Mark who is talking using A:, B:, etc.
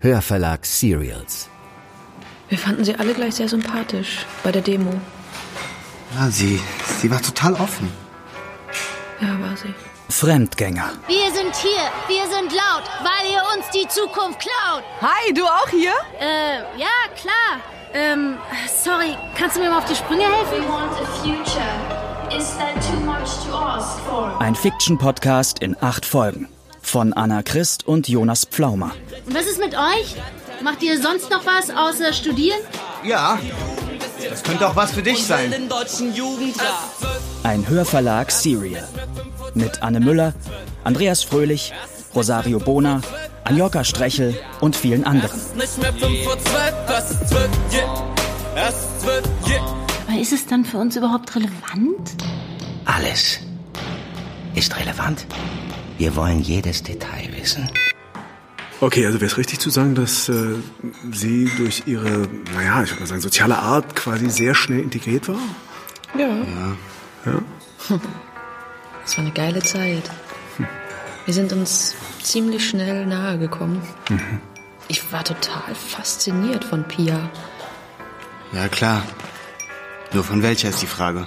A: Hörverlag Serials.
B: Wir fanden sie alle gleich sehr sympathisch bei der Demo.
C: Ja, sie, sie war total offen.
B: Ja, war sie.
A: Fremdgänger.
D: Wir sind hier, wir sind laut, weil ihr uns die Zukunft klaut.
E: Hi, du auch hier?
D: Äh, ja, klar. Ähm, sorry, kannst du mir mal auf die Sprünge helfen?
F: We want a future. Is that too much to ask for?
G: Ein Fiction-Podcast in acht Folgen. Von Anna Christ und Jonas Pflaumer.
D: Und was ist mit euch? Macht ihr sonst noch was außer studieren?
C: Ja, das könnte auch was für dich sein.
G: Ein Hörverlag Serial. Mit Anne Müller, Andreas Fröhlich, Rosario Bona, Anjoka Strechel und vielen anderen.
H: Nicht mehr 5 vor 12, es wird, yeah. Es wird, yeah.
D: Aber ist es dann für uns überhaupt relevant?
I: Alles ist relevant. Wir wollen jedes Detail wissen.
J: Okay, also wäre es richtig zu sagen, dass äh, sie durch ihre, naja, ich würde mal sagen, soziale Art quasi sehr schnell integriert war?
B: Es war eine geile Zeit. Wir sind uns ziemlich schnell nahe gekommen.
C: Mhm.
B: Ich war total fasziniert von Pia.
C: Ja, klar. Nur von welcher ist die Frage?